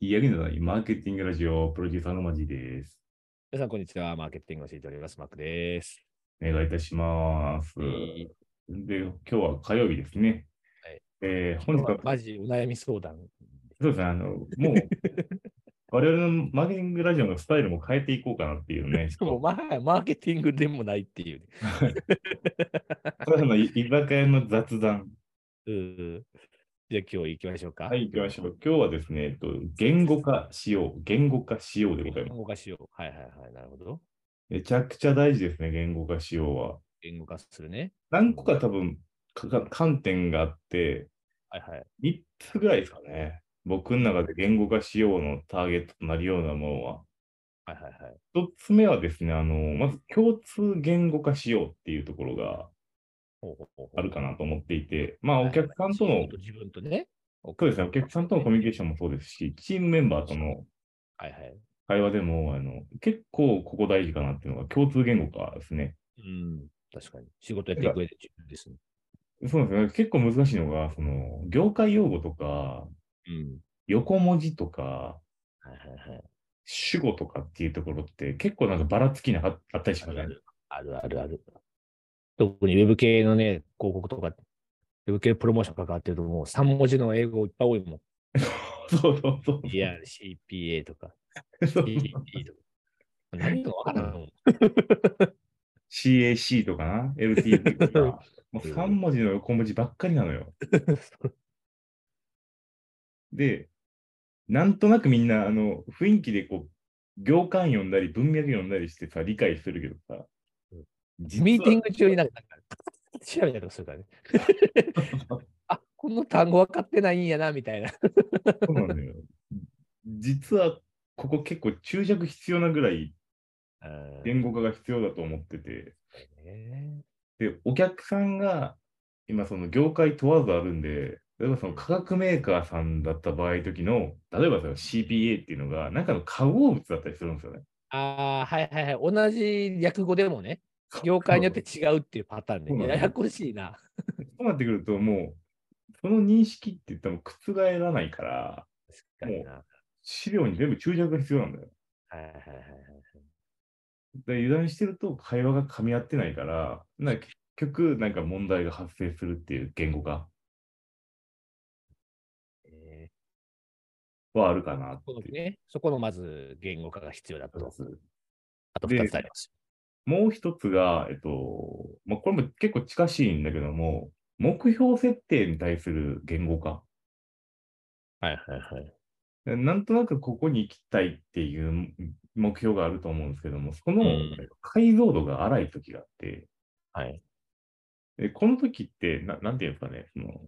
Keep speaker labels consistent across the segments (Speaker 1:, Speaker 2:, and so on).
Speaker 1: やりのないマーケティングラジオプロデューサーのマジです。
Speaker 2: 皆さん、こんにちは。マーケティングを教えております。マックです。
Speaker 1: お願いいたします。
Speaker 2: はい
Speaker 1: で、今日は火曜日ですね。
Speaker 2: はい
Speaker 1: えー本日は、
Speaker 2: マジお悩み相談。
Speaker 1: そうですね、あの、も う、我々のマーケティングラジオのスタイルも変えていこうかなっていう ね、
Speaker 2: でも、まあ、マーケティングでもないっていう。
Speaker 1: ただの居酒屋の雑談。
Speaker 2: うんじゃあ、今日行きましょうか。
Speaker 1: はい、行きましょう。今日はですね、えっと、言語化しよう。言語化しようでござい
Speaker 2: 言
Speaker 1: ます。
Speaker 2: 語化しよう。はいはいはい。なるほど。
Speaker 1: めちゃくちゃ大事ですね、言語化しようは。
Speaker 2: 言語化するね。
Speaker 1: 何個か多分、かか観点があって、
Speaker 2: はいはい。
Speaker 1: 3つぐらいですかね。僕の中で言語化しようのターゲットとなるようなものは。
Speaker 2: はいはいはい。
Speaker 1: 1つ目はですね、あの、まず共通言語化しようっていうところが
Speaker 2: ほうほうほうほう
Speaker 1: あるかなと思っていて、まあお客さんと
Speaker 2: はい
Speaker 1: の
Speaker 2: はい、自分とね。そ
Speaker 1: そうですね、お客さんとのコミュニケーションもそうですし、チームメンバーとの
Speaker 2: はいはい。
Speaker 1: 会話でも、あの、結構ここ大事かなっていうのが共通言語化ですね。
Speaker 2: うん。確かに。仕事やっていく上で重要ですね。
Speaker 1: そうですね、結構難しいのが、その、業界用語とか、
Speaker 2: うん。
Speaker 1: 横文字とか、
Speaker 2: はいはいはい。
Speaker 1: 主語とかっていうところって結構なんかばらつきなかあったりし
Speaker 2: あ
Speaker 1: ま
Speaker 2: る
Speaker 1: せ
Speaker 2: あ
Speaker 1: ん
Speaker 2: る。あるあるある。特にウェブ系のね、広告とか、ウェブ系プロモーション関わってると、もう3文字の英語いっぱい多いも
Speaker 1: そうそうそう。
Speaker 2: ん。いや、CPA とか、
Speaker 1: そう
Speaker 2: PPT とか。何かわからんの
Speaker 1: CAC とかな、LTV とか、 もう
Speaker 2: うん
Speaker 1: 3文字の横文字ばっかりなの よ。で、なんとなくみんな、あの、雰囲気でこう、行間読んだり、文脈読んだりしてさ、理解するけどさ、
Speaker 2: うん
Speaker 1: 実は
Speaker 2: ミーティング中になんか、なんか調べたりとかす るからね。あ、この単語分かってないんやな、みたいな。
Speaker 1: そうな のよ。実は、ここ結構注釈必要なぐらい言語化が必要だと思ってて、
Speaker 2: ね
Speaker 1: で、お客さんが、今その業界問わずあるんで、例えばその化学メーカーさんだった場合時の、例えばその CPA っていうのが、中の化合物だったりするんですよね。
Speaker 2: ああ、はいはいはい。同じ略語でもね、業界によって違うっていうパターンで、
Speaker 1: そうなの
Speaker 2: ややこしいな。
Speaker 1: そうなってくると、もう、その認識って言っても覆らないから、
Speaker 2: 確かにな。
Speaker 1: 資料に全部注釈が必要なんだよ。
Speaker 2: はいはいはいはい。
Speaker 1: で油断してると会話が噛み合ってないから、なんか結局、なんか問題が発生するっていう言語化
Speaker 2: え
Speaker 1: はあるかな
Speaker 2: ーこの
Speaker 1: っていう。
Speaker 2: ね、そこのまず言語化が必要だと。あと
Speaker 1: で
Speaker 2: 2つあります。
Speaker 1: もう一つが、えっと、まあ、これも結構近しいんだけども、目標設定に対する言語化。
Speaker 2: はいはいはい。
Speaker 1: なんとなくここに行きたいっていう目標があると思うんですけども、その
Speaker 2: うん
Speaker 1: 解像度が荒い時があって、
Speaker 2: はい、
Speaker 1: でこの時ってな、なんていうんですかね、その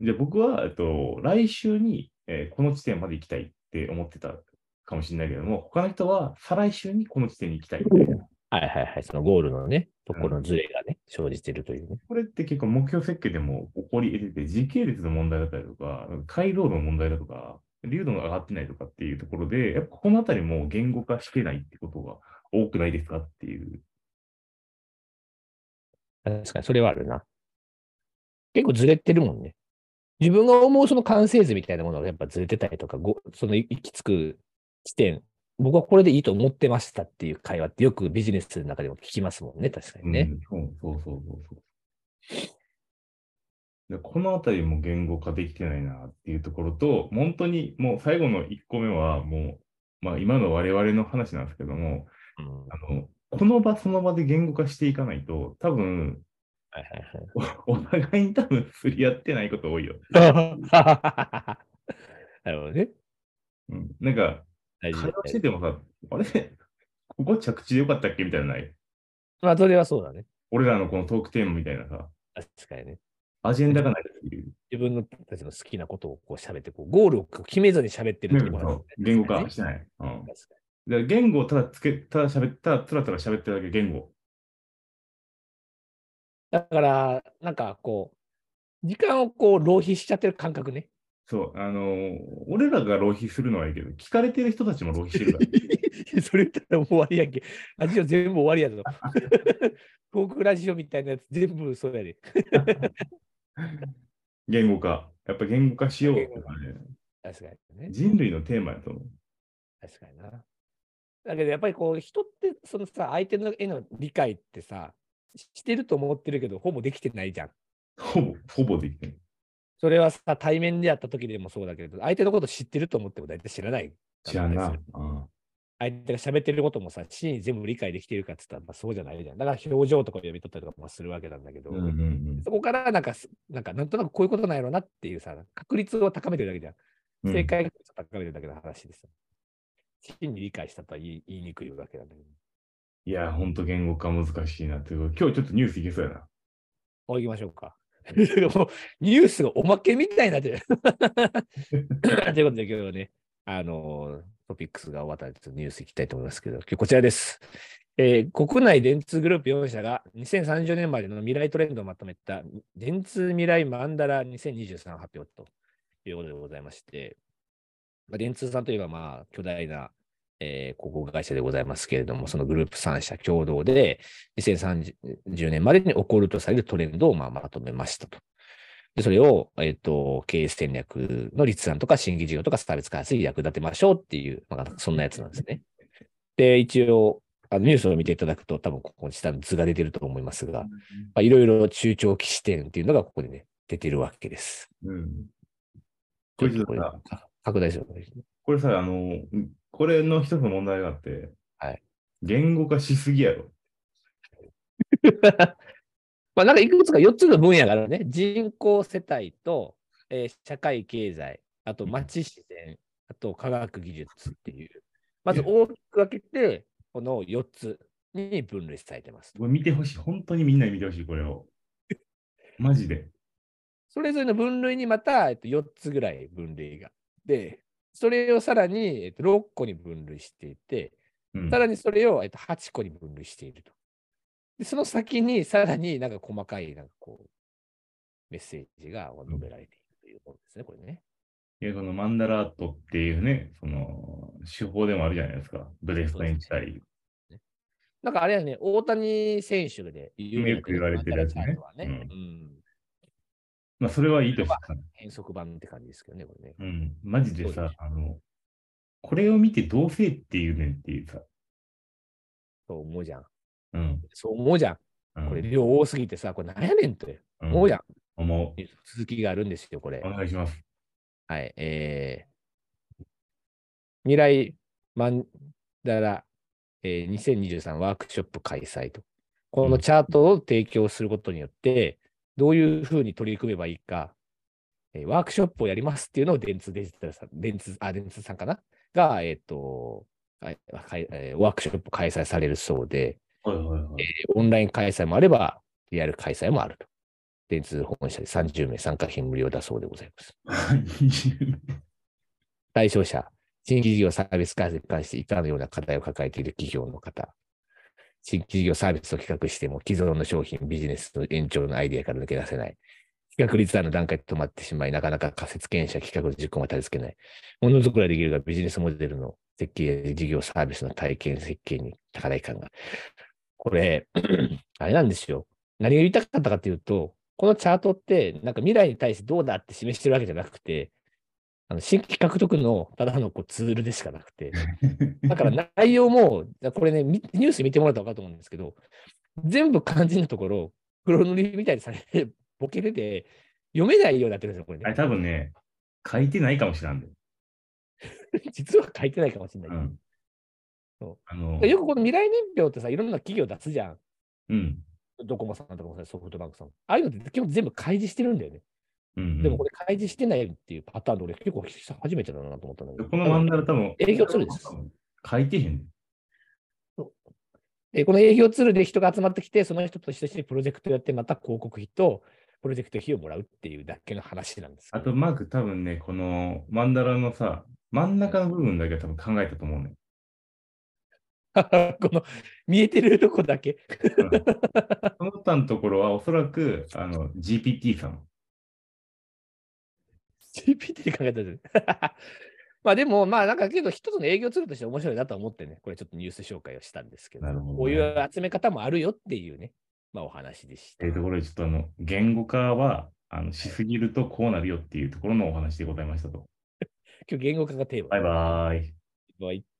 Speaker 1: じゃあ僕は、えっと、来週に、えーこの地点まで行きたいって思ってたかもしれないけども、他の人は再来週にこの地点に行きたいみたいな。
Speaker 2: はいはいはい。そのゴールのね、ところのズレがね、生じてるというね。
Speaker 1: これって結構目標設計でも起こり得てて、時系列の問題だったりとか、回路の問題だとか、流動が上がってないとかっていうところで、やっぱこのあたりも言語化してないってことが多くないですかっていう。
Speaker 2: 確かに、それはあるな。結構ずれてるもんね。自分が思うその完成図みたいなものがやっぱずれてたりとか、ごその行き着く地点、僕はこれでいいと思ってましたっていう会話ってよくビジネスの中でも聞きますもんね、確かにね。
Speaker 1: うん、そうそうそうそうそうで。このあたりも言語化できてないなっていうところと、本当にもう最後の1個目はもう、まあ今の我々の話なんですけども、
Speaker 2: うんは
Speaker 1: あの、この場その場で言語化していかないと、多分、
Speaker 2: いはいはい
Speaker 1: おお互いに多分すり合ってないこと多いよ。
Speaker 2: なるほどね。
Speaker 1: うん、なんか、
Speaker 2: 大事
Speaker 1: 会
Speaker 2: だ
Speaker 1: 話しててもさ、あれ ここ着地でよかったっけみたいなのない。
Speaker 2: まあ、それはそうだね。
Speaker 1: 俺らのこのトークテーマみたいなさ、
Speaker 2: 確かにね。
Speaker 1: アジェンダがないっていう。
Speaker 2: 自分のたちの好きなことをこう喋って、こうゴールをこう決めずに喋ってる時もあ る、
Speaker 1: そう言語化
Speaker 2: 確
Speaker 1: してない。うん
Speaker 2: かに確か
Speaker 1: だから言語をただつけ、ただ喋った、つらつら喋ってるだけ言語。
Speaker 2: にだから、なんかこう、時間をこう浪費しちゃってる感覚ね。
Speaker 1: そう、あのー俺らが浪費するのはいいけど、聞かれてる人たちも浪費してる から。
Speaker 2: それ言ったらもう終わりやんけ。ラジオ全部終わりやぞ。トークラジオみたいなやつ全部そうやで。
Speaker 1: 言語化。やっぱ言語化しようとかね。
Speaker 2: 確かにね。
Speaker 1: 人類のテーマやと思う。
Speaker 2: 確かにな。だけどやっぱりこう人ってそのさ相手のへの理解ってさしてると思ってるけどほぼできてないじゃん。
Speaker 1: ほぼ、ほぼできてる。
Speaker 2: それはさ対面でやった時でもそうだけど相手のこと知ってると思っても大体知らない。
Speaker 1: じゃあな。あ
Speaker 2: 相手が喋ってることもさ真に全部理解できてるかっつったら、まあ、そうじゃないじゃん。だから表情とか読み取ったりとかもするわけなんだけど、
Speaker 1: あうんうんうん
Speaker 2: そこからなんかすなんかなんとなくこういうことなんやろなっていうさ確率を高めてるだけじゃん。
Speaker 1: うん。
Speaker 2: 正解率を高めてるだけの話です。真に理解したとは言い言いにくいわけなんだけど。
Speaker 1: いや、ほんと言語化難しいなっていう。今日ちょっとニュースいけそうやな。
Speaker 2: お、行きましょうか。もうニュースがおまけみたいになってる。ということで、今日はね、あのー、トピックスが終わったらちょっとニュースいきたいと思いますけど、今日こちらです。えー国内電通グループ4社が2030年までの未来トレンドをまとめた電通未来マンダラ2023発表ということでございまして、まあ、電通さんといえば、まあ、巨大な、えー広告会社でございますけれども、そのグループ3社共同で、2030年までに起こるとされるトレンドをまあまとめましたと。で、それを、えっ、と、経営戦略の立案とか、新規事業とか、サービス開発に役立てましょうっていう、まあ、そんなやつなんですね。で、一応、あのニュースを見ていただくと、多分ここに下の図が出てると思いますが、まあ、いろいろ中長期視点っていうのがここにね、出てるわけです。
Speaker 1: うん。これちょっと
Speaker 2: ちょっ
Speaker 1: さ
Speaker 2: と、これ拡大しよう。
Speaker 1: これさ、あの、これの一つの問題があって、
Speaker 2: はい
Speaker 1: 言語化しすぎやろ。
Speaker 2: まあ、なんかいくつか4つの分野があるね。人口世帯と、えー社会経済、あと町自然、あと科学技術っていう。まず大きく分けて、この4つに分類されてます。
Speaker 1: これ見てほしい。本当にみんなに見てほしい、これ を。マジで。
Speaker 2: それぞれの分類にまた、えっと、4つぐらい分類が。で、それをさらに、えっと、6個に分類していて、
Speaker 1: うん
Speaker 2: さらにそれを、えっと、8個に分類していると。でその先にさらになんか細かいなんかこうメッセージが述べられているということですね、これね。
Speaker 1: いや、このマンダラートっていうね、その、手法でもあるじゃないですか。ブレストにしたり。
Speaker 2: なんかあれやね、大谷選手で有名な
Speaker 1: よく言われてるやつね
Speaker 2: マンダラチャートはね
Speaker 1: うん
Speaker 2: うん
Speaker 1: まあ、それはいいとしてさ、
Speaker 2: 変則版って感じですけどね、これね。
Speaker 1: うん、マジで
Speaker 2: そうで
Speaker 1: さ
Speaker 2: す、
Speaker 1: あの、これを見てどうせっていうねんっていうさ、
Speaker 2: そう思うじゃん。
Speaker 1: うん。
Speaker 2: そう思うじゃん。
Speaker 1: うん
Speaker 2: これ、、量多すぎてさ、これなんやねんって
Speaker 1: うん
Speaker 2: 思うじゃん。
Speaker 1: 思う。
Speaker 2: 続きがあるんですよ、これ
Speaker 1: お。願いします。
Speaker 2: はい。えー未来マンダラ、えー2023ワークショップ開催と。こ
Speaker 1: う
Speaker 2: の
Speaker 1: ん
Speaker 2: チャートを提供することによって、どういうふうに取り組めばいいか、えーワークショップをやりますっていうのを電通デジタルさん、電通、あ、電通さんかなが、えっ、と、あはいえーワークショップ開催されるそうで、
Speaker 1: はいはいはい。
Speaker 2: オンライン開催もあれば、リアル開催もあると。電通本社で30名参加費無料だそうでございます。
Speaker 1: 20
Speaker 2: 対象者、新規事業サービス開発に関していかのような課題を抱えている企業の方、新規事業サービスを企画しても既存の商品、ビジネスの延長のアイデアから抜け出せない。企画立案の段階で止まってしまい、なかなか仮説検証、企画実行がたりつけない。ものづくりはできるが、ビジネスモデルの設計、事業サービスの体験設計に高い感が。これ、 あれなんですよ。何が言いたかったかというと、このチャートって、なんか未来に対してどうだって示してるわけじゃなくて、あの新規獲得のただのこうツールでしかなくて、だから内容も、これね、みニュース見てもらったら分かると思うんですけど、全部漢字のところ、黒塗りみたいにされて、ボケてて、読めないようになってるんですよ、これ
Speaker 1: あれ
Speaker 2: ね。
Speaker 1: 多分ね、書いてないかもしれんで。
Speaker 2: 実は書いてないかもしれな
Speaker 1: う
Speaker 2: い
Speaker 1: ん。
Speaker 2: そ
Speaker 1: あの
Speaker 2: けど。、よくこの未来年表ってさ、いろんな企業出すじゃん。
Speaker 1: うん。
Speaker 2: ドコモさんとかもさソフトバンクさん。ああいうのって基本全部開示してるんだよね。
Speaker 1: うん。
Speaker 2: でもこれ開示してないっていうパターンで俺結構初めてだなと思ったんだけ
Speaker 1: う
Speaker 2: ど。
Speaker 1: ん、このマンダラ多分、
Speaker 2: 営業ツールです。
Speaker 1: 書いてへん。
Speaker 2: えーこの営業ツールで人が集まってきて、その人と一緒にプロジェクトやって、また広告費とプロジェクト費をもらうっていうだけの話なんですけ
Speaker 1: あ
Speaker 2: ど。
Speaker 1: と、マーク多分ね、このマンダラのさ、真ん中の部分だけ多分考えたと思うね。
Speaker 2: この見えてるとこだけ。
Speaker 1: うんその他のところはおそらくあの GPT さん。
Speaker 2: GPT で考えたじゃん。 まあでも、まあなんかけど、一つの営業ツールとして面白いなと思ってね、これちょっとニュース紹介をしたんですけど、
Speaker 1: なるほどね
Speaker 2: こういう集め方もあるよっていうね、まあお話でした。
Speaker 1: というところで、ちょっとあの言語化はあのしすぎるとこうなるよっていうところのお話でございましたと。
Speaker 2: 今日言語化がテーマ。
Speaker 1: バイバイ。
Speaker 2: バイ